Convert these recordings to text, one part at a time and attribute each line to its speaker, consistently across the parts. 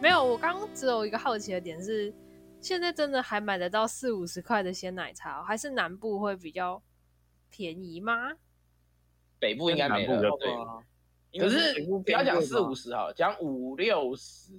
Speaker 1: 没有，我刚刚只有一个好奇的点是，现在真的还买得到四五十块的鲜奶茶哦、还是南部会比较便宜吗？
Speaker 2: 北部应该没
Speaker 3: 南部比
Speaker 2: 了
Speaker 3: 较。对
Speaker 4: 哇
Speaker 2: 可是不要讲四五，
Speaker 4: 因为北部变贵嘛
Speaker 2: 十好了，讲五六十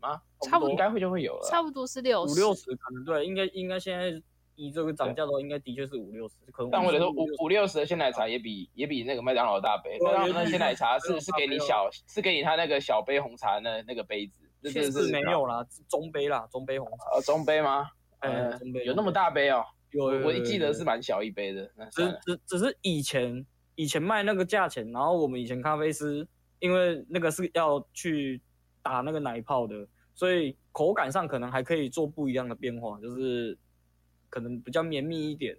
Speaker 2: 吗？
Speaker 1: 差不多
Speaker 2: 应该会就会有了。
Speaker 1: 差不多是六
Speaker 4: 五六，十可能对，应该应该现在以这个涨价的话，应该的确是五六十，可能
Speaker 2: 但我觉得五
Speaker 4: 56
Speaker 2: 五六十的鲜奶茶也比也比那个麦当劳的大杯，
Speaker 4: 对
Speaker 2: 麦
Speaker 4: 啊
Speaker 2: 当劳那
Speaker 4: 也比
Speaker 2: 鲜奶茶
Speaker 4: 麦当
Speaker 2: 是
Speaker 4: 劳
Speaker 2: 是
Speaker 4: 大杯哦
Speaker 2: 给你小，是给你他那个小杯红茶那那个杯子，这
Speaker 4: 确
Speaker 2: 真的
Speaker 4: 实
Speaker 2: 是
Speaker 4: 没有啦，中杯啦，中杯红茶，
Speaker 2: 呃中杯吗？
Speaker 4: 哎，
Speaker 2: 呃
Speaker 4: 中杯
Speaker 2: 有那么？大杯哦？
Speaker 4: 有，
Speaker 2: 我
Speaker 4: 有
Speaker 2: 我
Speaker 4: 有
Speaker 2: 记
Speaker 4: 有
Speaker 2: 得是蛮小一杯的。那
Speaker 4: 只
Speaker 2: 算了
Speaker 4: 只只是以前以前卖那个价钱，然后我们以前咖啡师，因为那个是要去打那个奶泡的，所以口感上可能还可以做不一样的变化，就是可能比较绵密一点，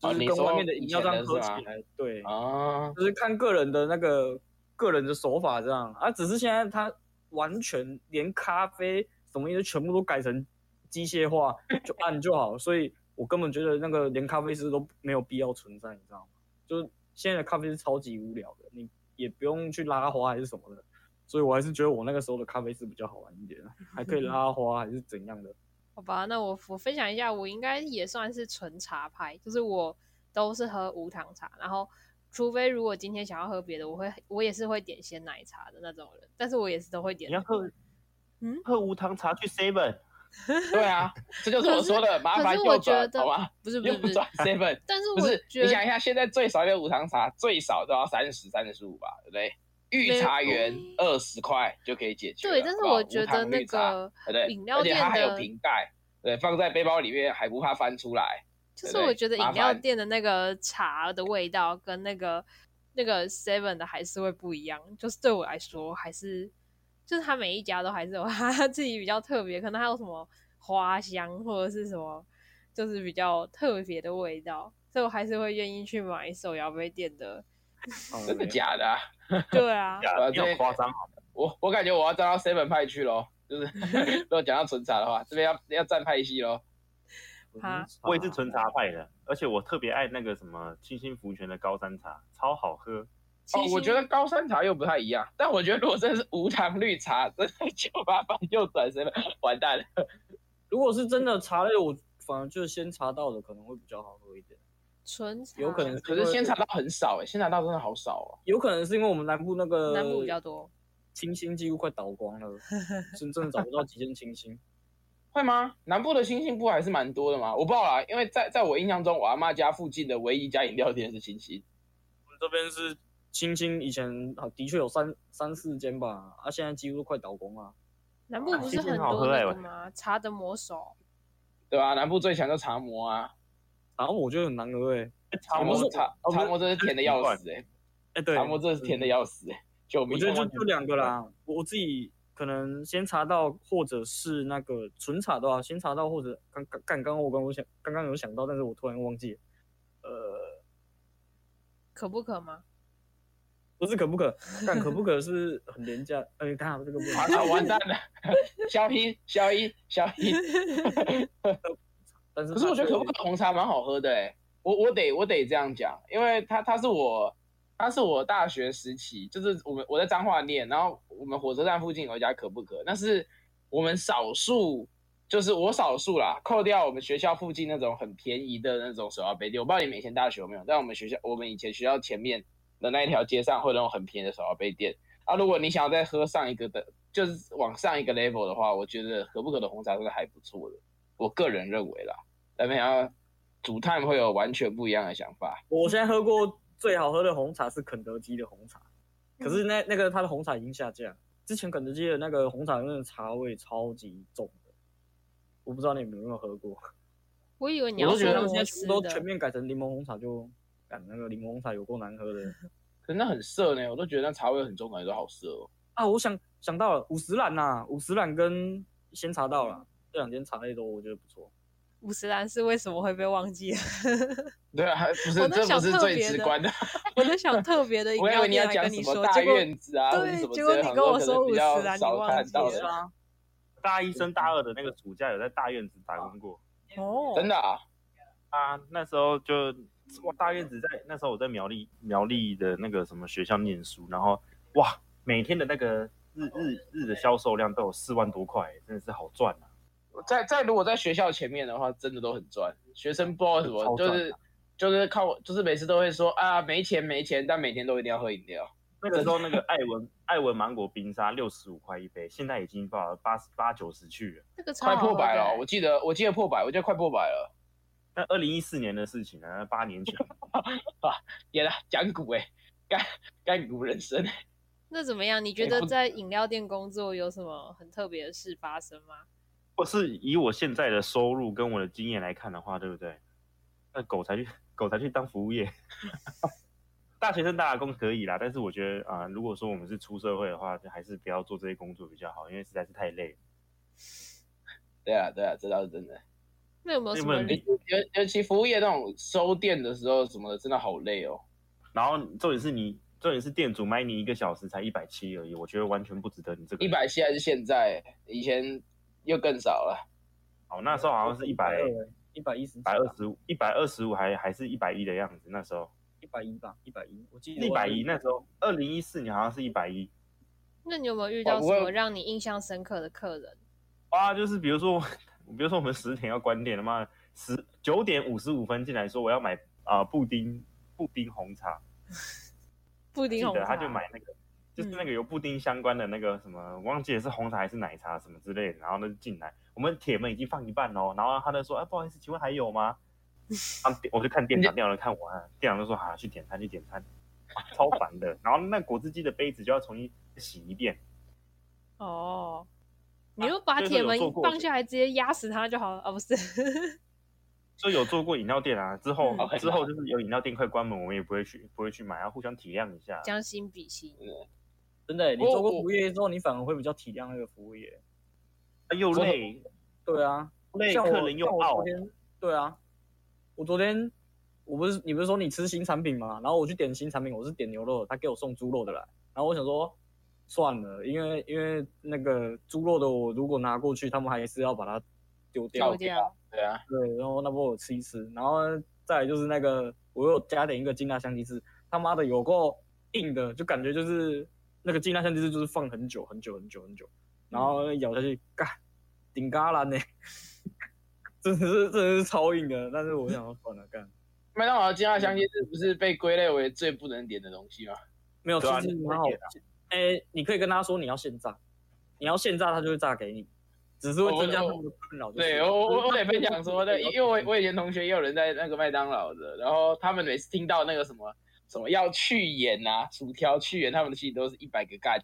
Speaker 2: 哦
Speaker 4: 就是
Speaker 2: 你
Speaker 4: 跟
Speaker 2: 说
Speaker 4: 外面的饮料这样
Speaker 2: 以前
Speaker 4: 喝
Speaker 2: 的
Speaker 4: 起
Speaker 2: 是吗
Speaker 4: 来，对，
Speaker 2: 啊，
Speaker 4: 就是看个人的那个个人的手法这样啊，只是现在它完全连咖啡什么意思全部都改成机械化，就按就好，所以我根本觉得那个连咖啡师都没有必要存在，你知道吗？就是现在的咖啡是超级无聊的，你也不用去拉花还是什么的，所以我还是觉得我那个时候的咖啡是比较好玩一点，还可以拉花还是怎样的。
Speaker 1: 好吧，那我我分享一下，我应该也算是纯茶派，就是我都是喝无糖茶，然后除非如果今天想要喝别的，我会我也是会点鲜奶茶的那种人，但是我也是都会点
Speaker 3: 你。要喝，
Speaker 1: 嗯
Speaker 3: 喝无糖茶去 Seven，
Speaker 2: 对啊，这就是我说的，麻
Speaker 1: 可
Speaker 2: 烦
Speaker 1: 是
Speaker 2: 右
Speaker 1: 我觉
Speaker 2: 转
Speaker 1: 得
Speaker 2: 好吗？
Speaker 1: 不是不
Speaker 2: 右
Speaker 1: 是不是，
Speaker 2: 转 seven。
Speaker 1: 但是
Speaker 2: 不
Speaker 1: 我
Speaker 2: 是，
Speaker 1: 觉
Speaker 2: 你
Speaker 1: 得
Speaker 2: 想一下，现在最少一个无糖茶最少都要三十、三十五吧，对不对？御茶园二十块就可以解决了。
Speaker 1: 对，但是
Speaker 2: 好不好
Speaker 1: 我觉
Speaker 2: 无糖
Speaker 1: 得那
Speaker 2: 绿茶
Speaker 1: 个
Speaker 2: 对不对
Speaker 1: 饮料
Speaker 2: 而且
Speaker 1: 店
Speaker 2: 它还有
Speaker 1: 的，
Speaker 2: 瓶盖，对，放在背包里面还不怕翻出来。
Speaker 1: 就是
Speaker 2: 对不对
Speaker 1: 我觉得
Speaker 2: 麻
Speaker 1: 饮料
Speaker 2: 烦
Speaker 1: 店的那个茶的味道跟那个那个 Seven 的还是会不一样，就是对我来说还是就是它每一家都还是有 它自己比较特别，可能还有什么花香或者是什么，就是比较特别的味道，所以我还是会愿意去买手摇杯店的。
Speaker 2: 真的假的、啊？
Speaker 1: 对 啊，
Speaker 4: 哦
Speaker 2: 啊
Speaker 3: 呀，你
Speaker 2: 对
Speaker 3: 有夸张好吗？
Speaker 2: 我我感觉我要站到 seven 派去喽。就是 如果讲到纯茶的话，这边要要站派系喽。
Speaker 1: 啊
Speaker 3: 我也是纯茶派的，而且我特别爱那个什么清新福泉的高山茶，超好喝。
Speaker 2: 哦
Speaker 1: 七，
Speaker 2: 我
Speaker 1: 星
Speaker 2: 觉得高山茶又不太一样，但我觉得如果真的是无糖绿茶，真的就麻烦右转 seven，完蛋了。
Speaker 4: 如果是真的茶类，我反而就是先茶到的可能会比较好喝一点，
Speaker 1: 纯茶
Speaker 4: 有可能
Speaker 2: 可是
Speaker 4: 因为
Speaker 2: 鲜茶到很少哎、欸，鲜茶到真的好少哦。
Speaker 4: 有可能是因为我们南部那个
Speaker 1: 南部比较多，
Speaker 4: 清新几乎快倒光了，真真的找不到几间 清新。
Speaker 2: 会吗？南部的星星不还是蛮多的嘛？我不知道啦，因为在在我印象中，我阿妈家附近的唯一一家饮料店是星星。
Speaker 4: 我们这边是清新，以前好的确有三三四间吧，啊，现在几乎都快倒光了。
Speaker 1: 南
Speaker 4: 啊
Speaker 1: 部不是
Speaker 3: 七星
Speaker 1: 很
Speaker 3: 好
Speaker 1: 多
Speaker 3: 喝
Speaker 1: 那
Speaker 3: 欸
Speaker 1: 个
Speaker 3: 我
Speaker 1: 吗？茶的魔手，
Speaker 2: 对吧、南部最强就茶魔啊，
Speaker 4: 然后我觉得很难喝哎、欸，
Speaker 3: 茶
Speaker 2: 茶魔
Speaker 3: 魔
Speaker 2: 茶
Speaker 3: 我们
Speaker 2: 茶魔真是甜的要死哎、
Speaker 4: 哎、对，
Speaker 2: 茶魔真的是甜的要死哎、救命！
Speaker 4: 我觉得就就两个啦，我我自己可能先查到，或者是那个纯茶的话，先查到或者刚刚刚刚我刚我想刚刚有想到，但是我突然忘记了，呃，
Speaker 1: 可不可吗？
Speaker 4: 不是可不可，但可不可是很廉价，哎、呃，看这个不能
Speaker 2: 完了完蛋了， 小一小一小一。
Speaker 4: 但是
Speaker 2: 可是我觉得可不
Speaker 4: 可
Speaker 2: 可红茶蛮好喝的哎、我我得我得这样讲，因为它它是我它是我大学时期，就是我们我在彰化念，然后我们火车站附近有一家可不可，那是我们少数，就是我少数啦，扣掉我们学校附近那种很便宜的那种手摇杯店，我不知道你们以前大学有没有，但我们学校我们以前学校前面的那一条街上会有那种很便宜的手摇杯店啊，如果你想要再喝上一个的，就是往上一个 level 的话，我觉得可不可的红茶真的还不错的，我个人认为啦。但没想到主探啊会有完全不一样的想
Speaker 1: 嗯
Speaker 2: 法。
Speaker 4: 我现在喝过最好喝的红茶是肯德基的红茶，
Speaker 1: 嗯
Speaker 4: 可是那那个它的红茶已经下架了。之前肯德基的那个红茶那个茶味超级重的，我不知道你们有没有喝过。
Speaker 1: 我以为你
Speaker 4: 我
Speaker 1: 要
Speaker 4: 都觉
Speaker 1: 说
Speaker 4: 得他
Speaker 1: 摩
Speaker 4: 们现在全
Speaker 1: 斯
Speaker 4: 部都
Speaker 1: 的，
Speaker 4: 全面改成柠檬红茶就，感那个柠檬红茶有够难喝
Speaker 1: 嗯
Speaker 4: 的
Speaker 2: 可是那很涩呢，我都觉得那茶味很重，感觉都好涩哦。
Speaker 4: 啊！我想想到了五十兰呐，五十兰跟鲜茶道啦，这两间茶类都我觉得不错。
Speaker 1: 五十岚是为什么会被忘记了？
Speaker 2: 对啊，不是，
Speaker 1: 我在
Speaker 2: 这
Speaker 1: 想
Speaker 2: 不是
Speaker 1: 哦特
Speaker 2: 最
Speaker 1: 别
Speaker 2: 直
Speaker 1: 的
Speaker 2: 观的。
Speaker 1: 我在想特别的饮
Speaker 2: 我以
Speaker 1: 料
Speaker 2: 为你
Speaker 1: 店
Speaker 2: 要
Speaker 1: 来
Speaker 2: 讲
Speaker 1: 跟
Speaker 2: 什
Speaker 1: 你
Speaker 2: 么
Speaker 1: 说，
Speaker 2: 大
Speaker 1: 结果
Speaker 2: 院子啊，
Speaker 1: 对
Speaker 2: 或者什么之
Speaker 1: 结果
Speaker 2: 类的，
Speaker 1: 你
Speaker 2: 很
Speaker 1: 跟
Speaker 2: 多
Speaker 1: 我
Speaker 2: 可
Speaker 1: 说
Speaker 2: 能比
Speaker 1: 50
Speaker 2: 较
Speaker 1: 啦你
Speaker 2: 少
Speaker 1: 忘
Speaker 2: 看
Speaker 1: 记
Speaker 2: 到
Speaker 1: 了
Speaker 2: 的
Speaker 4: 是。啊，
Speaker 3: 大一升大二的那个暑假有在大院子打工过
Speaker 1: 哦，
Speaker 2: 真的啊，
Speaker 3: 啊，那时候就哇大院子在那时候我在苗栗苗栗的那个什么学校念书，然后哇每天的那个日日日的销售量都有四万多块，欸真的是好赚啊！
Speaker 2: 在在如果在学校前面的话，真的都很赚。学生不知道为什么，
Speaker 3: 超
Speaker 2: 就
Speaker 3: 赚
Speaker 2: 是就是靠，就是每次都会说啊没钱没钱，但每天都一定要喝饮料。
Speaker 3: 那个时候 那个艾文艾文芒果冰沙六十五块一杯，现在已经到八十八九十去了。
Speaker 1: 那个超
Speaker 2: 快
Speaker 1: 好喝
Speaker 2: 破百
Speaker 1: 的
Speaker 2: 了，哦我记得我记得破百，我记得快破百了。
Speaker 3: 那二零一四年的事情呢？八年前，
Speaker 2: 也啦，讲古哎，干干古人生。
Speaker 1: 那怎么样？你觉
Speaker 2: 哎
Speaker 1: 得
Speaker 2: 不
Speaker 1: 在饮料店工作有什么很特别的事发生吗？
Speaker 3: 或是以我现在的收入跟我的经验来看的话，对不对？那狗才去狗才去当服务业， 大学生打打工可以啦，但是我觉得啊、呃如果说我们是出社会的话，就还是不要做这些工作比较好，因为实在是太累了。
Speaker 2: 对啊对啊，这倒是真的。
Speaker 1: 那有没有
Speaker 3: 那
Speaker 1: 什
Speaker 3: 有没
Speaker 1: 么
Speaker 3: 有
Speaker 1: 理？
Speaker 3: 理
Speaker 2: 尤尤其服务业那种收店的时候什么的，真的好累哦。
Speaker 3: 然后重点是你，重点是店主卖你一个小时才一百七而已，我觉得完全不值得你这个。
Speaker 2: 一百七还是现在，以前又更少了。
Speaker 3: 哦，那时候好像是一百
Speaker 4: 一百一十啊
Speaker 3: 一百二十五，一百二十五还还是一百一的样子，那时候
Speaker 4: 一百一吧，一百一，我记得
Speaker 3: 一百一，那时候二零一四年好像是一百一。
Speaker 1: 那你有没有遇到什
Speaker 2: 我
Speaker 1: 么
Speaker 2: 我
Speaker 1: 让你印象深刻的客人？
Speaker 3: 啊，就是比如说， 比如说我们十点要关店了嘛，十九点五十五分进来说我要买啊、呃布丁布丁红茶，
Speaker 1: 布
Speaker 3: 记
Speaker 1: 丁红
Speaker 3: 得
Speaker 1: 茶，嗯
Speaker 3: 他就买那个，就是那个有布丁相关的那个什么，忘记了是红茶还是奶茶什么之类的，然后呢就进来，我们铁门已经放一半喽，然后他就说，哎、不好意思，请问还 有吗？啊，我就看店长，店长就看我，啊，店长就说好、啊，去点餐，去点餐，啊超烦的。然后那果汁机的杯子就要重新洗一遍，
Speaker 1: 哦。
Speaker 3: 啊
Speaker 1: 你就把
Speaker 3: 就是
Speaker 1: 铁
Speaker 3: 有
Speaker 1: 门
Speaker 3: 做过
Speaker 1: 放下来，直接压死他就好了。哦，不是，
Speaker 3: 所以有做过饮料店啊，之后、
Speaker 1: 嗯
Speaker 3: 之后就是有饮料店快关门，我们也不会去不会去买，要互相体谅一下。
Speaker 1: 将心比心。
Speaker 2: 嗯
Speaker 4: 真的欸，你
Speaker 2: 我
Speaker 4: 做过
Speaker 2: 我
Speaker 4: 服务业之后，你反而会比较体谅那个服务业。
Speaker 3: 啊又累
Speaker 4: 对啊，
Speaker 3: 累，
Speaker 4: 像我
Speaker 3: 客人又
Speaker 4: 像我
Speaker 3: 傲
Speaker 4: 昨，天，对啊，我昨天我不是你不是说你吃新产品嘛？然后我去点新产品，我是点牛肉的，他给我送猪肉的来。然后我想说算了，因为因为那个猪肉的我如果拿过去，他们还是要把它丢掉
Speaker 1: 丢。掉，
Speaker 2: 对啊，
Speaker 4: 对，然后那波我吃一吃，然后再来就是那个我有加点一个金辣香鸡翅，他妈的有够硬的，就感觉就是那个金辣香鸡翅就是放很久很久很久很久，然
Speaker 2: 嗯
Speaker 4: 后咬下去，干顶嘎啦呢， 真的是真的是超硬的，但是我想要算了，干
Speaker 2: 麦当劳的金辣香鸡翅不是被归类为最不能点的东西吗？
Speaker 4: 没有，其
Speaker 3: 对啊
Speaker 4: 实
Speaker 3: 你
Speaker 4: 蛮好
Speaker 3: 会点啊，
Speaker 4: 哎、你可以跟他说你要现炸，你要现炸他就会炸给你，只是会增加他们的困扰、就是
Speaker 2: 哦对我我 我得分享说， 对，因为我我以前同学也有人在那个麦当劳的，然后他们每次听到那个什么什么要去盐啊，薯条去盐，他们的心里都是一百个干，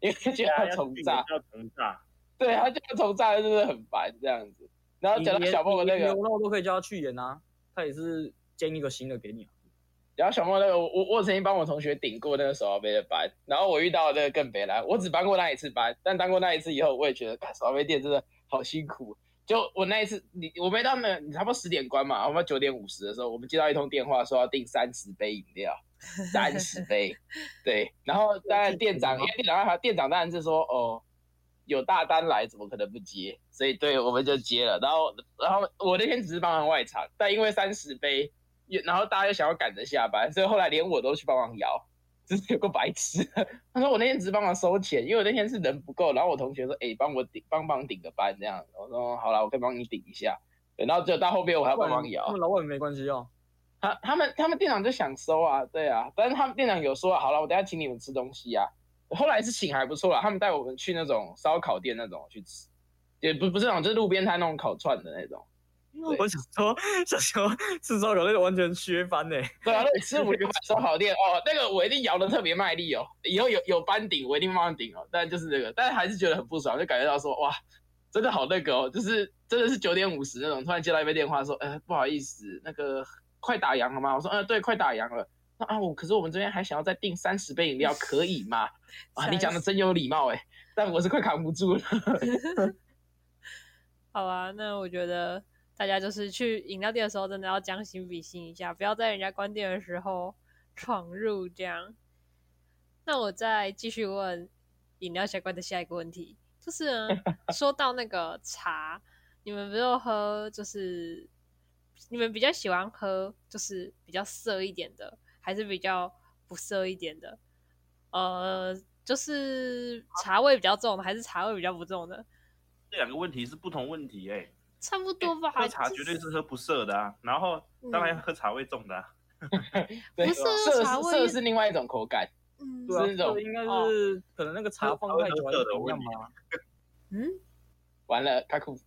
Speaker 2: 因为就
Speaker 3: 对啊
Speaker 2: 要
Speaker 3: 要
Speaker 2: 重
Speaker 3: 去
Speaker 2: 炸，
Speaker 3: 要重炸。
Speaker 2: 对，他就要重炸，真的很烦这样子。然后
Speaker 4: 你
Speaker 2: 讲到
Speaker 4: 连
Speaker 2: 小莫
Speaker 4: 你
Speaker 2: 那
Speaker 4: 连
Speaker 2: 个，
Speaker 4: 牛肉都可以叫他去盐啊，他也是煎一个新的给你啊。
Speaker 2: 然后小莫那个，我我我曾经帮我同学顶过那个手摇杯的班，然后我遇到那个更北蓝，我只搬过那一次班，但当过那一次以后，我也觉得干手摇杯店真的好辛苦。就我那一次，你我没到那个，你差不多十点关嘛，我们九点五十的时候，我们接到一通电话说要订三十杯饮料，三十杯，对，然后当然店长，因为店长他店长当然是说哦，有大单来，怎么可能不接？所以对我们就接了，然后然后我那天只是帮忙外场，但因为三十杯。也然后大家又想要赶着下班，所以后来连我都去帮忙摇，真是有个白痴。 他说我那天只是帮忙收钱，因为我那天是人不够，然后我同学说，哎、帮我顶，帮忙顶个班这样。我说好了，我可以帮你顶一下。对，然后就到后边我还要帮忙
Speaker 4: 他
Speaker 2: 摇
Speaker 4: 们。老外没关系哦。
Speaker 2: 他他们他们店长就想收啊，对啊，但是他们店长有说，好了，我等一下请你们吃东西啊。后来是请还不错啦，他们带我们去那种烧烤店那种去吃，也不不是那种，就是路边摊那种烤串的那种。对
Speaker 4: 我想说，想说吃烧烤类完全欸削翻呢、
Speaker 2: 对啊，那你吃五六百烧烤店哦，那个我一定摇的特别卖力哦，以后有有班顶我一定帮忙顶哦。但就是这个，但还是觉得很不爽，就感觉到说哇，真的好那个哦，就是真的是九点五十那种，突然接到一杯电话说，呃，不好意思，那个快打烊了吗？我说，呃，对，快打烊了。那啊，我可是我们这边还想要再订三十杯饮料，可以吗？啊，你讲的真有礼貌哎、但我是快扛不住了。
Speaker 1: 好啊，那我觉得大家就是去饮料店的时候，真的要将心比心一下，不要在人家关店的时候 闯入这样。那我再继续问饮料相关的下一个问题，就是呢说到那个茶，你们不是喝就是你们比较喜欢喝就是比较涩一点的，还是比较不涩一点的？呃，就是茶味比较重的，还是茶味比较不重的？
Speaker 3: 这两个问题是不同问题哎、欸
Speaker 1: 差不多吧。
Speaker 3: 喝茶
Speaker 1: 就
Speaker 3: 绝对是喝不涩的啊，然后
Speaker 1: 嗯
Speaker 3: 当然要喝茶味重的、啊。
Speaker 2: 对，
Speaker 1: 不是
Speaker 2: 涩
Speaker 1: 茶味
Speaker 2: 涩是另外一种口感，
Speaker 1: 嗯
Speaker 4: 对啊，
Speaker 2: 是那种啊
Speaker 4: 这应该是可能那个茶放太久还是怎么样吧？
Speaker 1: 嗯，
Speaker 2: 完了，卡酷，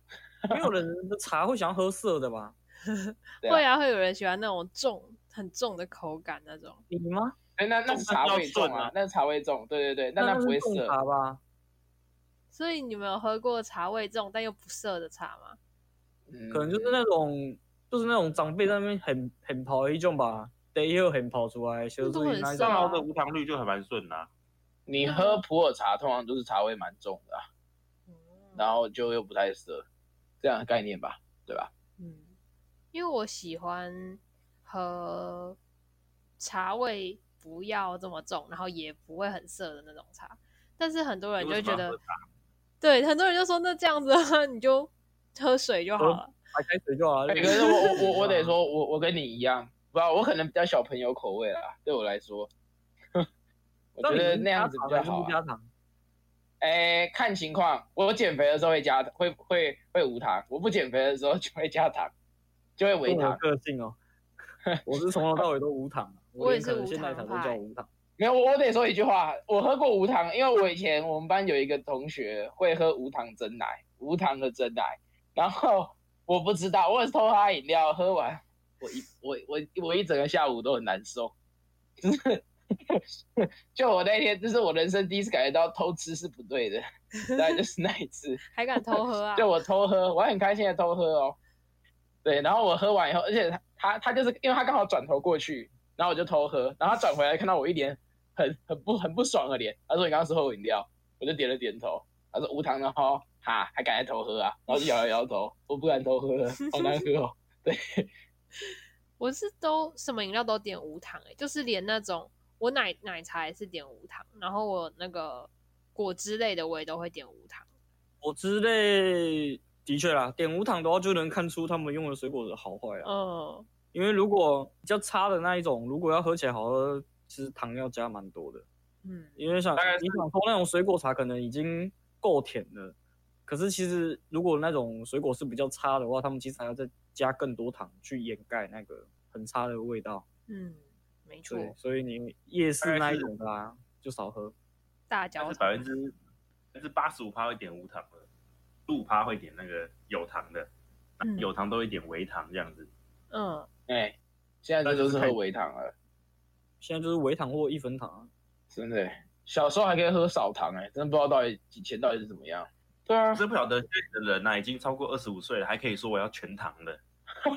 Speaker 4: 没有人的茶会想要喝涩的吧？
Speaker 2: 对啊
Speaker 1: 会啊，会有人喜欢那种重、很重的口感那种。
Speaker 4: 你吗？
Speaker 2: 哎，那那是茶味重
Speaker 3: 重
Speaker 2: 啊
Speaker 3: 啊，
Speaker 2: 那是茶味重，对对对， 但那
Speaker 4: 那
Speaker 2: 不会
Speaker 4: 是贡
Speaker 2: 涩，
Speaker 4: 茶吧？
Speaker 1: 所以你们有喝过茶味重但又不涩的茶吗？
Speaker 2: 嗯
Speaker 4: 可能就是那种，就是那种长辈在那边很很跑的一种吧，得又很跑出来，就
Speaker 1: 那
Speaker 4: 是
Speaker 1: 都很
Speaker 4: 那一
Speaker 1: 涩
Speaker 4: 种
Speaker 3: 上
Speaker 1: 啊
Speaker 3: 饶的无糖绿就还蛮顺的、啊，
Speaker 2: 你喝普洱茶通常都是茶味蛮重的啊，
Speaker 3: 嗯
Speaker 4: 嗯
Speaker 2: 然后就又不太涩，这样的概念吧，对吧？
Speaker 1: 嗯，因为我喜欢喝茶味不要这么重，然后也不会很涩的那种茶。但是很多人就会觉
Speaker 3: 你为什么要喝
Speaker 1: 得
Speaker 3: 茶，
Speaker 1: 对，很多人就说那这样子的话你就喝水就好了。
Speaker 4: 白开水就好 了。
Speaker 2: 哎，可是我我我
Speaker 4: 啊
Speaker 2: 我得， 说，我我跟你一样，不知道我可能比较小朋友口味啦，对我来说， 我觉得那样子比较好啊
Speaker 4: 加。糖
Speaker 2: 哎，看情况，我减肥的时候会加，会会会无糖；我不减肥的时候就会加糖，就会
Speaker 4: 还是
Speaker 2: 微
Speaker 4: 不加糖，跟
Speaker 2: 糖
Speaker 4: 我的。个 性哦。我是从头到尾都无糖，啊
Speaker 1: 我也
Speaker 4: 连
Speaker 1: 是
Speaker 4: 可能
Speaker 1: 无
Speaker 4: 现在才
Speaker 1: 糖
Speaker 4: 会叫
Speaker 1: 派
Speaker 4: 无糖。
Speaker 2: 没有，我我得说一句话，我喝过无糖，因为我以前我们班有一个同学会喝无糖真奶，无糖的真奶，然后我不知道，我也是偷他饮料喝完，我一我我我一整个下午都很难受，就是 就我那天，这是我人生第一次感觉到偷吃是不对的，大概就是那一次。
Speaker 1: 还敢偷喝啊？
Speaker 2: 对我偷喝，我还很开心的偷喝哦。对，然后我喝完以后，而且他他他就是因为他刚好转头过去，然后我就偷喝，然后他转回来看到我一脸很很不很不爽的脸，他说你刚刚是喝我饮料，我就点了点头，他说无糖的哈，哈还敢来偷喝啊，然后就摇了摇头，我不敢偷喝 了，好难喝哦。
Speaker 1: 我是都什么饮料都点无糖、欸，就是连那种我奶奶茶也是点无糖，然后我那个果汁类的我也都会点无糖。
Speaker 4: 果汁类的确啦，点无糖的话就能看出他们用的水果的好坏啦。
Speaker 2: 啊
Speaker 1: 嗯，
Speaker 4: 因为如果比较差的那一种，如果要喝起来好喝，其实糖要加蛮多的。
Speaker 1: 嗯，
Speaker 4: 因为想
Speaker 3: 大概是
Speaker 4: 你想说那种水果茶可能已经够甜了，可是其实如果那种水果是比较差的话，他们其实还要再加更多糖去掩盖那个很差的味道。
Speaker 1: 嗯，没错，
Speaker 4: 对，所以你夜
Speaker 3: 大概
Speaker 4: 市
Speaker 3: 是
Speaker 4: 那一种的啊，就少喝。
Speaker 1: 大
Speaker 3: 但
Speaker 1: 脚
Speaker 3: 是
Speaker 1: 桶
Speaker 3: 百分之但是八十五趴会点无糖的，十五趴会点那个有糖的，
Speaker 1: 嗯
Speaker 3: 有糖都会点微糖这样子。
Speaker 1: 嗯，
Speaker 2: 哎，现在这都是喝微糖了，
Speaker 4: 现在就是微糖或一分糖啊，
Speaker 2: 真的。小时候还可以喝少糖哎、真的不知道到底以前到底是怎么样。对啊，
Speaker 3: 真不晓得现在的人啊呐、已经超过二十五岁了，还可以说我要全糖的，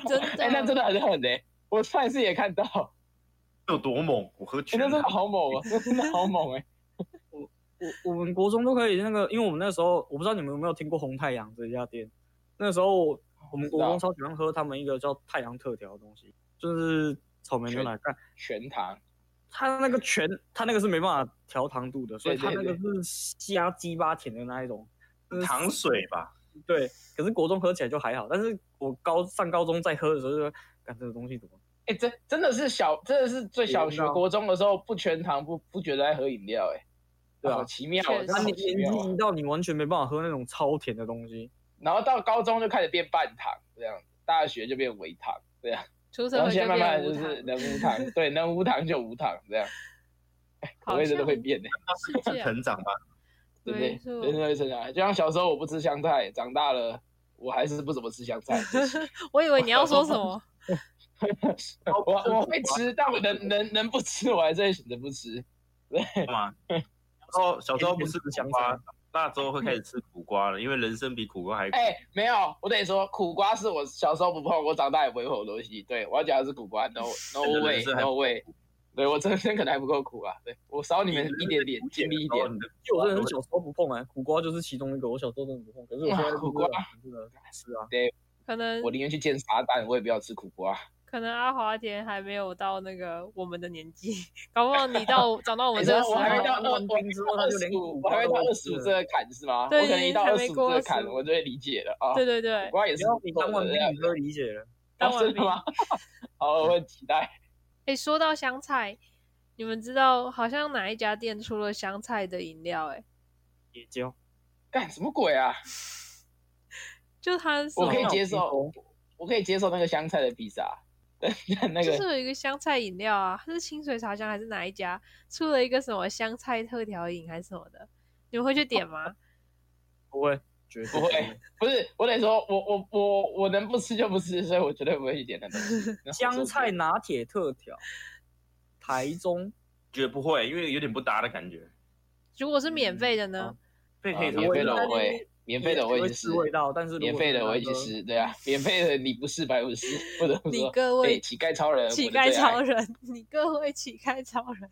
Speaker 1: 真的，
Speaker 2: 哎、那真的很狠哎、我上一次也看到。
Speaker 3: 有多猛？我喝
Speaker 2: 欸、
Speaker 3: 全
Speaker 2: 那真的
Speaker 3: 糖，
Speaker 2: 好猛哦、那真 的好猛哎、嗯
Speaker 4: 我我们国中都可以那个，因为我们那时候我不知道你们有没有听过红太阳这家店，那时候
Speaker 2: 哦
Speaker 4: 我我们国中超喜欢喝他们一个叫太阳特调的东西，就是草莓牛奶干。
Speaker 2: 全糖，
Speaker 4: 它那个全，它那个是没办法调糖度的，所以
Speaker 2: 对
Speaker 4: 它
Speaker 2: 对
Speaker 4: 那个是瞎鸡巴甜的那一种。就是
Speaker 3: 糖水吧？
Speaker 4: 对，可是国中喝起来就还好，但是我高上高中再喝的时候就说，干这个东西怎么？
Speaker 2: 哎、真真的是小，真的是最小学、
Speaker 4: 甜到
Speaker 2: 国中的时候不全糖不不觉得在喝饮料哎、
Speaker 4: 对啊
Speaker 2: 好奇妙、哦，
Speaker 1: 确实
Speaker 2: 真的
Speaker 4: 啊，
Speaker 2: 好
Speaker 4: 你
Speaker 2: 奇
Speaker 4: 年
Speaker 2: 妙哦、
Speaker 4: 纪一到，你完全没办法喝那种超甜的东西。
Speaker 2: 然后到高中就开始变半糖这样，大学就变微糖这样，
Speaker 1: 出社
Speaker 2: 然后
Speaker 1: 会
Speaker 2: 现
Speaker 1: 就
Speaker 2: 在慢慢
Speaker 1: 变
Speaker 2: 地
Speaker 1: 无糖，
Speaker 2: 就是能无糖， 对，能无糖就无糖这样，口
Speaker 1: 好
Speaker 2: 味真的
Speaker 1: 像
Speaker 2: 会变哎、
Speaker 1: 是 这
Speaker 4: 啊
Speaker 1: 样，
Speaker 3: 成长吧，
Speaker 2: 对不
Speaker 1: 没错
Speaker 2: 对？真的会成长，就像小时候我不吃香菜，长大了我还是不怎么吃香菜，谢谢
Speaker 1: 我以为你要说什么，
Speaker 2: 我我会吃，但我能能能不吃，我还是会选择不吃。
Speaker 3: 好吗？然后小时候不吃苦
Speaker 4: 想
Speaker 3: 瓜，那之后会开始吃苦瓜了，因为人生比苦瓜还 苦。
Speaker 2: 哎、没有，我跟你说，苦瓜是我小时候不碰，我长大也不会碰的东西。对我要讲的是苦瓜，no no
Speaker 3: 真的
Speaker 2: way
Speaker 3: 是还
Speaker 2: no way。对我真真可能还不够苦啊，对我少你们一点点，尽力一点。
Speaker 3: 你的
Speaker 4: 因为我真的是小时候不碰哎、苦瓜就是其中一个，我小时候真的不碰，可是我现在
Speaker 2: 哇苦瓜
Speaker 4: 真的是啊，
Speaker 1: 可能
Speaker 2: 我宁愿去见傻蛋，我也不要吃苦瓜。
Speaker 1: 可能阿华田还没有到那个我们的年纪，搞不好你 到长到我们
Speaker 2: 哎你
Speaker 1: 这
Speaker 2: 说
Speaker 1: 个时
Speaker 2: 我还没
Speaker 1: 候，
Speaker 2: 到二，我
Speaker 4: 当兵之后
Speaker 2: 还
Speaker 4: 他
Speaker 2: 没到
Speaker 4: 就连
Speaker 2: 二十五
Speaker 4: 苦，
Speaker 2: 我
Speaker 4: 瓜
Speaker 2: 还没
Speaker 4: 都
Speaker 2: 到
Speaker 4: 不
Speaker 2: 二
Speaker 4: 吃
Speaker 2: 十五
Speaker 4: 了
Speaker 2: 这个坎是吗？我
Speaker 1: 对
Speaker 2: 可能一到
Speaker 1: 还
Speaker 2: 二
Speaker 1: 没
Speaker 2: 十五
Speaker 1: 过
Speaker 2: 这个坎，
Speaker 1: 25
Speaker 2: 我就会理解了啊。
Speaker 1: 对对对
Speaker 2: 苦，瓜也是
Speaker 4: 只要你
Speaker 2: 不错
Speaker 4: 当完
Speaker 2: 的
Speaker 4: 兵，
Speaker 2: 这样
Speaker 4: 你就会理解了。
Speaker 1: 当
Speaker 2: 哦
Speaker 1: 完
Speaker 2: 真的
Speaker 1: 兵
Speaker 2: 吗？好，我很期待。
Speaker 1: 哎、说到香菜，你们知道好像哪一家店出了香菜的饮料、欸？哎，
Speaker 4: 野椒，
Speaker 2: 干什么鬼啊？
Speaker 1: 就它是
Speaker 2: 我可以
Speaker 1: 那种
Speaker 2: 接受，我可以接受那个香菜的披萨， 但那
Speaker 1: 就
Speaker 2: 个
Speaker 1: 是有一个香菜饮料啊，它是清水茶香还是哪一家出了一个什么香菜特调饮还是什么的？你们会去点吗？
Speaker 4: 不会，绝对
Speaker 2: 不会。不是，我得说，我我我我能不吃就不吃，所以我绝对不会去点那东西。然后
Speaker 4: 香菜拿铁特调，台中
Speaker 3: 绝不会，因为有点不搭的感觉。
Speaker 1: 如 果是
Speaker 2: 嗯
Speaker 1: 免费的呢？
Speaker 3: 被
Speaker 2: 啊
Speaker 3: 黑
Speaker 2: 免
Speaker 3: 头
Speaker 2: 费
Speaker 4: 的
Speaker 2: 的我
Speaker 4: 嗯我
Speaker 2: 会
Speaker 4: 也，
Speaker 2: 免费的我会
Speaker 4: 也会
Speaker 2: 去吃
Speaker 4: 吃，味道，但是如果
Speaker 2: 免费的我会去
Speaker 4: 那个
Speaker 2: 吃，对啊，免费的你不是白不是，不得不
Speaker 1: 你
Speaker 2: 说，
Speaker 1: 各
Speaker 2: 对
Speaker 1: 位
Speaker 2: 乞丐超人，
Speaker 1: 乞
Speaker 2: 我的
Speaker 1: 丐
Speaker 2: 最爱
Speaker 1: 超，人， 你各位乞丐超人，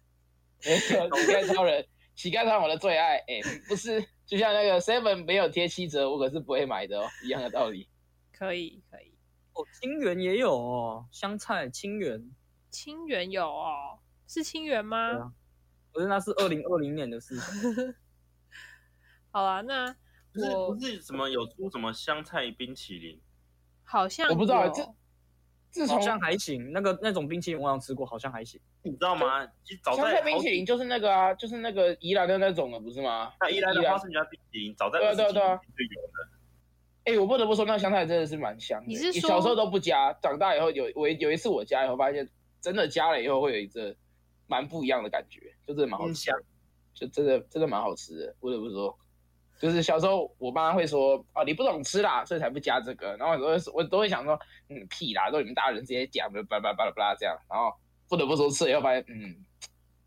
Speaker 2: 没错乞丐超人，乞丐超人我的最爱，哎，不是，就像那个 Seven 没有贴七折，我可是不会买的哦，一样的道理。
Speaker 1: 可以可以。
Speaker 4: 哦，清源也有哦，香菜清源，
Speaker 1: 清源有哦，是清源吗？
Speaker 4: 对啊可是那是二零二零年的 事情。
Speaker 1: 好啦，那
Speaker 3: 不是
Speaker 1: 我
Speaker 3: 不是什么有出什么香菜冰淇淋，
Speaker 1: 好像
Speaker 2: 我不知道
Speaker 1: 有
Speaker 2: 这自
Speaker 4: 好
Speaker 2: 从
Speaker 4: 像还行，那个那种冰淇淋我好像吃过，好像还行。
Speaker 3: 你知道吗？其实早
Speaker 2: 香
Speaker 3: 在
Speaker 2: 菜
Speaker 3: 好几
Speaker 2: 冰淇淋就是那个啊，就是那个宜兰的那种了，不是吗？
Speaker 3: 那一来的花生加冰淇淋，早在
Speaker 2: 对啊对啊
Speaker 3: 20
Speaker 2: 对啊
Speaker 3: 就有了。
Speaker 2: 哎、我不得不说，那个香菜真的是蛮香的。
Speaker 1: 你是说
Speaker 2: 小时候都不加，长大以后有我有一次我加以后发现，真的加了以后会有一阵蛮不一样的感觉，就真的蛮好
Speaker 1: 嗯
Speaker 3: 很
Speaker 2: 吃，
Speaker 3: 香，
Speaker 2: 就真的真的蛮好吃的。不得不说，就是小时候我妈会说啊，你不懂吃啦，所以才不加这个。然后我都会说我都会想说，嗯，屁啦，都你们大人直接讲的，巴拉巴拉巴拉这样。然后不得不说吃了以后发现，嗯，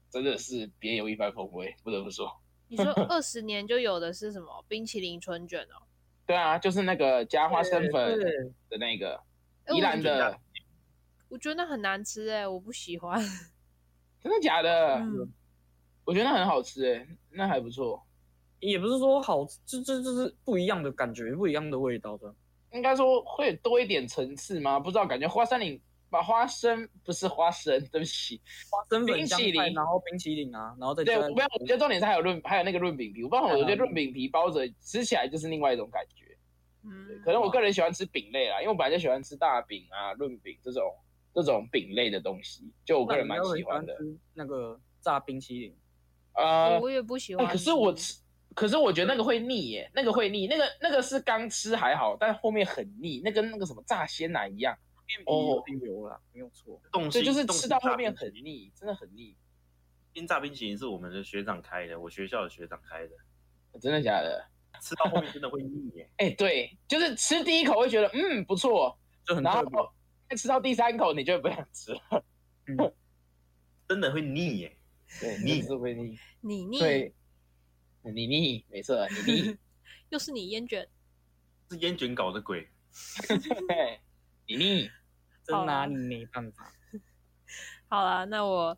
Speaker 2: 真的是别有一番风味。不得不说，
Speaker 1: 你 说二十年就有的是什么冰淇淋春卷哦？
Speaker 2: 对啊，就是那个加花生粉
Speaker 4: 对，
Speaker 2: 的那个
Speaker 1: 哎
Speaker 2: 宜兰
Speaker 3: 我觉
Speaker 2: 的
Speaker 3: 得，
Speaker 1: 我觉得那很难吃哎、我不喜欢。
Speaker 2: 真的假的？
Speaker 1: 嗯，
Speaker 2: 我觉得那很好吃诶、那还不错。
Speaker 4: 也不是说好，这这这是不一样的感觉，不一样的味道的。
Speaker 2: 应该说会多一点层次吗？不知道，感觉花生林把花生不是花生，对不起，
Speaker 4: 花生粉、
Speaker 2: 冰
Speaker 4: 香
Speaker 2: 淇淋
Speaker 4: 菜，然后冰淇淋啊，然后再
Speaker 2: 对，
Speaker 4: 加
Speaker 2: 我没有，我觉得重点是还有润，还有那个润饼皮。我不知道，
Speaker 1: 嗯
Speaker 2: 我觉得润饼皮包着吃起来就是另外一种感觉。对
Speaker 1: 嗯
Speaker 2: 可能我个人喜欢吃饼类啦，因为我本来就喜欢吃大饼啊、润饼这种这种饼类的东西，就我个人蛮喜欢的。
Speaker 4: 吃那个炸冰淇淋，
Speaker 2: 呃，
Speaker 1: 我也不喜
Speaker 2: 哎、
Speaker 1: 欢。
Speaker 2: 可是我吃，可是我觉得那个会腻耶，那个会腻，那个那个是刚吃还好，但后面很腻，那跟那个什么炸鲜奶一样，
Speaker 4: 面皮有点油啦，没有错。
Speaker 3: 动
Speaker 2: 对，
Speaker 3: 心
Speaker 2: 就是
Speaker 3: 动
Speaker 2: 吃
Speaker 3: 心
Speaker 2: 到
Speaker 3: 炸
Speaker 2: 后面
Speaker 3: 冰淇
Speaker 2: 很
Speaker 3: 淋
Speaker 2: 腻，真的很腻，
Speaker 3: 鲜炸冰淇淋是我们的学长开的，我学校的学长开的，
Speaker 2: 真的假的？
Speaker 3: 吃到后面真的会腻耶。
Speaker 2: 哎、对，就是吃第一口会觉得嗯不错，
Speaker 4: 就很
Speaker 2: 然
Speaker 4: 特别。
Speaker 2: 后吃到第三口你就不想吃了，
Speaker 3: 真的会腻耶。
Speaker 2: 对，
Speaker 3: 腻
Speaker 2: 就是会腻，
Speaker 1: 你腻，
Speaker 2: 对，你腻，没错，你 腻，
Speaker 1: 又是你烟卷。
Speaker 3: 是烟卷搞的鬼，
Speaker 2: 对，你腻，
Speaker 4: 真拿你没办法。
Speaker 1: 好啦，那我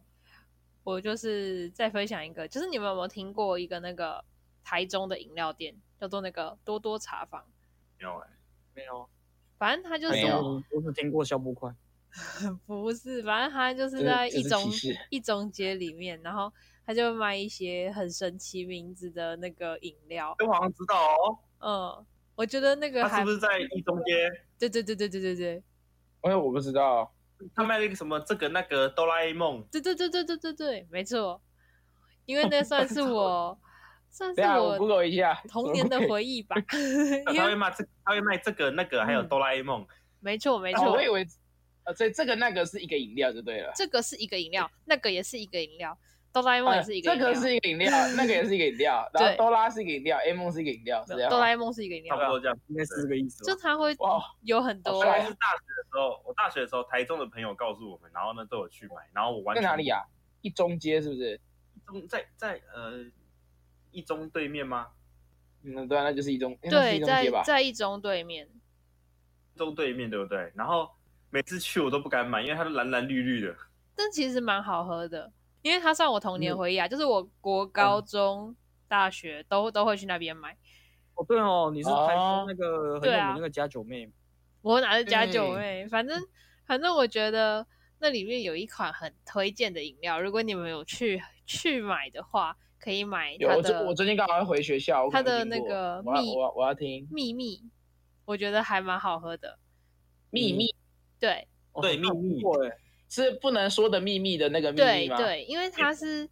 Speaker 1: 我就是再分享一个，就是你们有没有听过一个那个台中的饮料店，叫做那个多多茶坊？
Speaker 3: 没有哎、
Speaker 4: 没有，啊
Speaker 1: 反正它就是
Speaker 2: 没有
Speaker 4: 我只听过消波块，
Speaker 1: 不是，反正他就是
Speaker 2: 这
Speaker 1: 在
Speaker 2: 这
Speaker 1: 一
Speaker 2: 是
Speaker 1: 中
Speaker 2: 歧视
Speaker 1: 一中街里面，然后他就卖一些很神奇名字的那个饮料。
Speaker 3: 我好像知道哦，
Speaker 1: 嗯，我觉得那个
Speaker 3: 他
Speaker 1: 还
Speaker 3: 是不是在一中街？
Speaker 1: 对对对对对对对
Speaker 2: 哎，我不知道，
Speaker 3: 他卖了一个什么这个那个哆啦 A 梦，
Speaker 1: 对对对对对对对，没错，因为那算是 我算是
Speaker 2: 等一下我
Speaker 1: 我
Speaker 2: Google 一下
Speaker 1: 童年的回忆吧，
Speaker 2: 哎
Speaker 1: 因
Speaker 3: 他会
Speaker 1: 为
Speaker 3: 卖这他会卖这个那个，还有
Speaker 1: 嗯
Speaker 3: 哆啦 A 梦，
Speaker 1: 没错没
Speaker 2: 哦
Speaker 1: 错
Speaker 2: 我，以为，呃，所以这个那个是一个饮料就对了。
Speaker 1: 这个是一个饮料，那个也是一个饮料，哆啦 A 梦也是一个
Speaker 2: 呃
Speaker 1: 饮
Speaker 2: 这
Speaker 1: 料，
Speaker 2: 个是一个饮料， 那个也是一个饮料，然
Speaker 1: 对
Speaker 2: 后哆啦是一个饮料，A 梦是一个饮料，是这样吗。
Speaker 1: 哆啦 A 梦是一个饮
Speaker 3: 差
Speaker 1: 料
Speaker 3: 不，多这样。
Speaker 4: 应该是这个意思
Speaker 1: 就
Speaker 4: 吧？
Speaker 1: 它会
Speaker 2: 哇，
Speaker 1: 有很多
Speaker 2: 好
Speaker 3: 大概
Speaker 2: 帅
Speaker 3: 是大学的时候，我大学的时候，台中的朋友告诉我们，然后呢都有去买，然后我完
Speaker 2: 在
Speaker 3: 全
Speaker 2: 哪里？啊？一中街是不是？
Speaker 3: 一中在在呃一中对面吗？
Speaker 2: 嗯，对啊，那就是一中，那是
Speaker 1: 对
Speaker 2: 一中
Speaker 1: 在
Speaker 2: 街吧？
Speaker 1: 在一中对面。
Speaker 3: 一中对面对不对？然后每次去我都不敢买，因为它都蓝蓝绿绿的。
Speaker 1: 但其实蛮好喝的，因为它算我童
Speaker 2: 嗯
Speaker 1: 年回忆啊，就是我国高中、大学都都会去那边买。
Speaker 4: 哦，对哦，你是台
Speaker 2: 哦
Speaker 4: 中那个很
Speaker 1: 对
Speaker 4: 有
Speaker 1: 啊
Speaker 4: 名那个家九妹，
Speaker 1: 我哪是加酒
Speaker 2: 嗯
Speaker 1: 味，反正反正我觉得那里面有一款很推荐的饮料，如果你们有去去买的话，可以买
Speaker 2: 有，
Speaker 1: 它
Speaker 2: 我最我
Speaker 1: 的
Speaker 2: 最近刚好要回学校，我可
Speaker 1: 它
Speaker 2: 能
Speaker 1: 的那
Speaker 2: 经过
Speaker 1: 个
Speaker 2: 我要
Speaker 1: 蜜
Speaker 2: 我要我要听
Speaker 1: 秘密，我觉得还蛮好喝的。
Speaker 2: 秘密，
Speaker 1: 对，
Speaker 4: 哦
Speaker 3: 对
Speaker 4: 好像
Speaker 3: 秘密
Speaker 4: 听过哎，
Speaker 2: 是不能说的秘密的那个秘密
Speaker 1: 对
Speaker 2: 吗？，
Speaker 1: 对，因为它是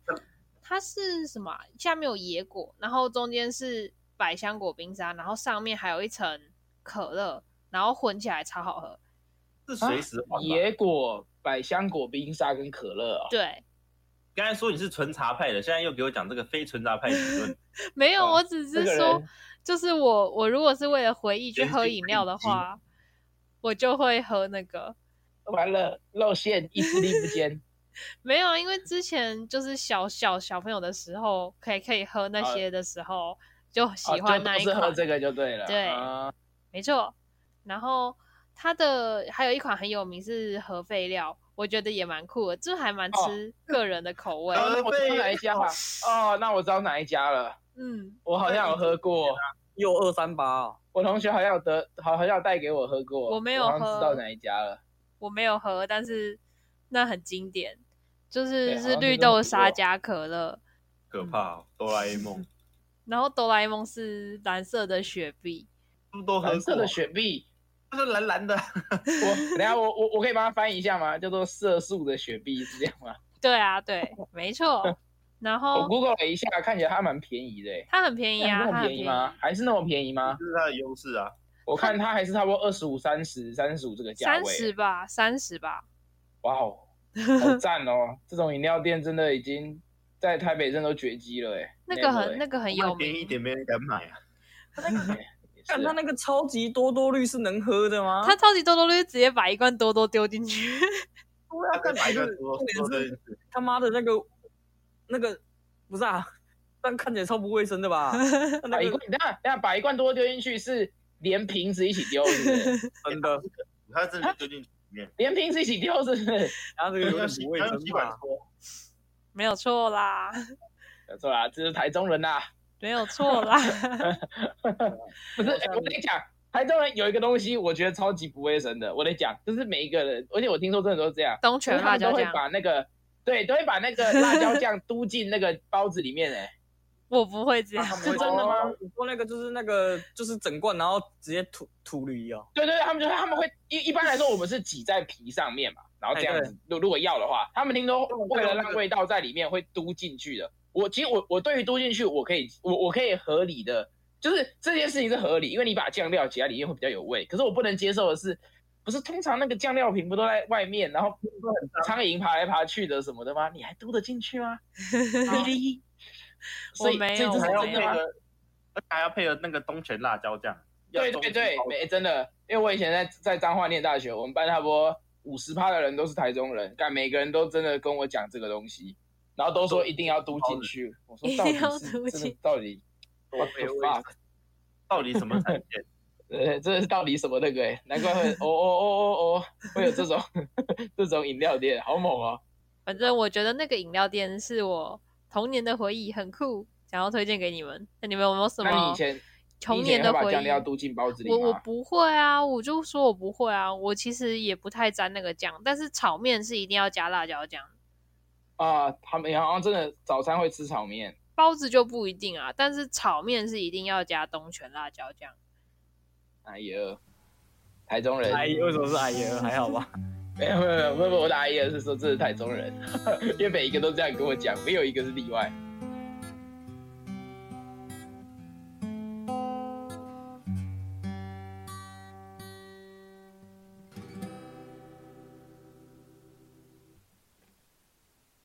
Speaker 1: 它是什么啊？下面有野果，然后中间是百香果冰沙，然后上面还有一层可乐，然后混起来超好喝。
Speaker 3: 是
Speaker 2: 啊
Speaker 3: 随时换吧。
Speaker 2: 野果、百香果、冰沙跟可乐哦。
Speaker 1: 对，
Speaker 3: 刚才说你是纯茶派的，现在又给我讲这个非纯茶派理 论，
Speaker 1: 没有，
Speaker 2: 哇
Speaker 1: 我只
Speaker 2: 这
Speaker 1: 是
Speaker 2: 个
Speaker 1: 说
Speaker 2: 人，
Speaker 1: 就是我我如果是为了回忆去
Speaker 3: 人
Speaker 1: 喝
Speaker 3: 生
Speaker 1: 饮料的
Speaker 3: 已经
Speaker 1: 话，我就会喝那个。
Speaker 2: 完了，露馅，一丝力不坚。
Speaker 1: 没有，因为之前就是小小小朋友的时候，可以可以喝那
Speaker 2: 啊
Speaker 1: 些的时候，就 喜
Speaker 2: 哦
Speaker 1: 欢
Speaker 2: 就
Speaker 1: 那
Speaker 2: 都
Speaker 1: 一
Speaker 2: 是
Speaker 1: 款。
Speaker 2: 喝这个就对了。
Speaker 1: 对
Speaker 2: 啊
Speaker 1: 没错。然后它的还有一款很有名是核废料，我觉得也蛮酷的，这还蛮
Speaker 2: 哦
Speaker 1: 吃个人的口味。
Speaker 3: 呃
Speaker 2: 哦那我知道哪一家了。哦，那我知道哪一家了。
Speaker 1: 嗯，
Speaker 2: 我好像有喝过，
Speaker 4: 又二三八哦，
Speaker 2: 我同学好像有得，好好像有带给我喝过。
Speaker 1: 我没有
Speaker 2: 好像
Speaker 1: 喝
Speaker 2: 知道哪一家了。
Speaker 1: 我没有喝，但是那很经典，就
Speaker 2: 对
Speaker 1: 是
Speaker 2: 好
Speaker 1: 是
Speaker 2: 像
Speaker 1: 绿
Speaker 2: 听说
Speaker 1: 豆
Speaker 2: 过
Speaker 1: 沙加可乐，
Speaker 3: 可怕、哦！哆啦 A 梦，
Speaker 1: 然后哆啦 A 梦是蓝色的雪碧。
Speaker 3: 是不是都喝
Speaker 2: 蓝色
Speaker 3: 过啊
Speaker 2: 的？雪碧，
Speaker 3: 它是蓝蓝的，
Speaker 2: 我等一下我我我可以帮他翻译一下吗？叫做色素的雪碧是这样吗？
Speaker 1: 对啊，对，没 错。然
Speaker 2: 我
Speaker 1: 后
Speaker 2: Google 了一下，看起来它蛮便宜的欸。
Speaker 1: 它很哦便宜啊，
Speaker 2: 那
Speaker 1: 它很
Speaker 2: 么便
Speaker 1: 便
Speaker 2: 宜
Speaker 1: 宜嗯
Speaker 2: 吗？还是那么便宜吗？
Speaker 3: 这是它的优势啊。
Speaker 2: 我看它还是差不多二十五、三十、三十五这个价
Speaker 1: 三
Speaker 2: 位。
Speaker 1: 十吧，三十吧。
Speaker 2: 哇 哦，好赞哦！这种饮料店真的已经在台北镇都绝迹了哎。
Speaker 1: 那个很那
Speaker 2: 那
Speaker 1: 个很
Speaker 3: 卖
Speaker 1: 有
Speaker 3: 便宜一
Speaker 1: 名，
Speaker 3: 点，没人敢买啊。
Speaker 2: 个
Speaker 4: 看
Speaker 2: 啊
Speaker 4: 他那个超级多多绿是能喝的吗？
Speaker 1: 它超级多多绿直接把一罐多多丢进去，
Speaker 4: 他
Speaker 3: 他再买一个多
Speaker 4: 重
Speaker 3: 多
Speaker 4: 点
Speaker 3: 的
Speaker 4: 是，他妈的那个那个不是啊，但看起来超不卫生 的吧？
Speaker 2: 把
Speaker 4: 那
Speaker 3: 哎
Speaker 2: 一
Speaker 4: 个
Speaker 2: 罐，等一下等一下把一罐多丢进去是连瓶子一起丢，是不 是？
Speaker 4: 真的，
Speaker 3: 他真的丢进去里面，
Speaker 2: 连瓶子一起丢，是不是？
Speaker 4: 然后这个有
Speaker 3: 用
Speaker 4: 点
Speaker 3: 吸
Speaker 4: 不卫
Speaker 3: 他用
Speaker 4: 生
Speaker 3: 吸管
Speaker 4: 吧？
Speaker 3: 搓，
Speaker 1: 没有错啦，
Speaker 2: 没错啦，这是台中人啊呐。
Speaker 1: 没有错啦。
Speaker 2: 不是，
Speaker 4: 好
Speaker 2: 欸
Speaker 4: 像
Speaker 2: 我跟你讲，台中人有一个东西，我觉得超级不卫生的。我得讲，就是每一个人，而且我听说真的都是这样，
Speaker 1: 东
Speaker 2: 就是
Speaker 1: 泉
Speaker 2: 他
Speaker 1: 辣
Speaker 2: 们
Speaker 1: 椒
Speaker 2: 都会
Speaker 1: 酱，
Speaker 2: 把那个对，都会把那个辣椒酱 嘟进那个包子里面哎诶、
Speaker 1: 我不会这样。
Speaker 2: 是真的
Speaker 3: 啊
Speaker 2: 吗？
Speaker 4: 你说那个就是那个就是整罐，然后直接吐吐绿哦。
Speaker 2: 对对对，他们就他们会一一般来说，我们是挤在皮上面嘛，然后这样
Speaker 1: 哎
Speaker 2: 子。如如果要的话，他们听说
Speaker 1: 哦
Speaker 2: 为了让味道在里面会嘟进去的。我其实我我对于嘟进去，我可以我我可以合理的，就是这件事情是合理，因为你把酱料挤在里面会比较有味。可是我不能接受的是，不是通常那个酱料瓶不都在外面，然
Speaker 1: 嗯
Speaker 2: 后苍蝇爬来爬去的什么的吗？你还嘟得进去 吗？really？所以
Speaker 1: 我没有
Speaker 2: 所以这
Speaker 3: 还
Speaker 2: 是
Speaker 3: 要
Speaker 2: 真
Speaker 3: 配
Speaker 2: 的吗？
Speaker 3: 合，而且还要配合那个东泉辣椒酱。
Speaker 2: 对对对，没真的，因为我以前在在彰化念大学，我们班差不多五十趴的人都是台中人，但每个人都真的跟我讲这个东西，然后都说一定要嘟进去。我说
Speaker 1: 一
Speaker 2: 到
Speaker 1: 定
Speaker 2: 底
Speaker 1: 要
Speaker 2: 是
Speaker 1: 嘟
Speaker 2: 这
Speaker 1: 进
Speaker 2: 个到底
Speaker 3: 多
Speaker 2: what the
Speaker 3: 没味道
Speaker 2: fuck？
Speaker 3: 到底什么产线？
Speaker 2: 呃，这是到底什么那个、欸？难怪会哦哦哦哦哦，会有这种 这种饮料店，好猛哦！
Speaker 1: 反正我觉得那个饮料店是我童年的回忆，很酷，想要推荐给你们。那你们有没有什
Speaker 2: 那你
Speaker 1: 么
Speaker 2: 以前你
Speaker 1: 童
Speaker 2: 以
Speaker 1: 年
Speaker 2: 前
Speaker 1: 的
Speaker 2: 会把
Speaker 1: 回
Speaker 2: 酱料
Speaker 1: 忆？
Speaker 2: 嘟进包子里
Speaker 1: 我我
Speaker 2: 吗？
Speaker 1: 不会啊，我就说我不会啊，我其实也不太沾那个酱，但是炒面是一定要加辣椒酱，
Speaker 2: 啊、他们好像真的早餐会吃炒面。
Speaker 1: 包子就不一定啊，但是炒面是一定要加东泉辣椒酱。
Speaker 2: 哎呦，台中人，
Speaker 4: 哎，为什么是哎呀？还好吧？
Speaker 2: 没 有没有没有没有，我的阿姨是说这是台中人，因为每一个都这样跟我讲，没有一个是例外。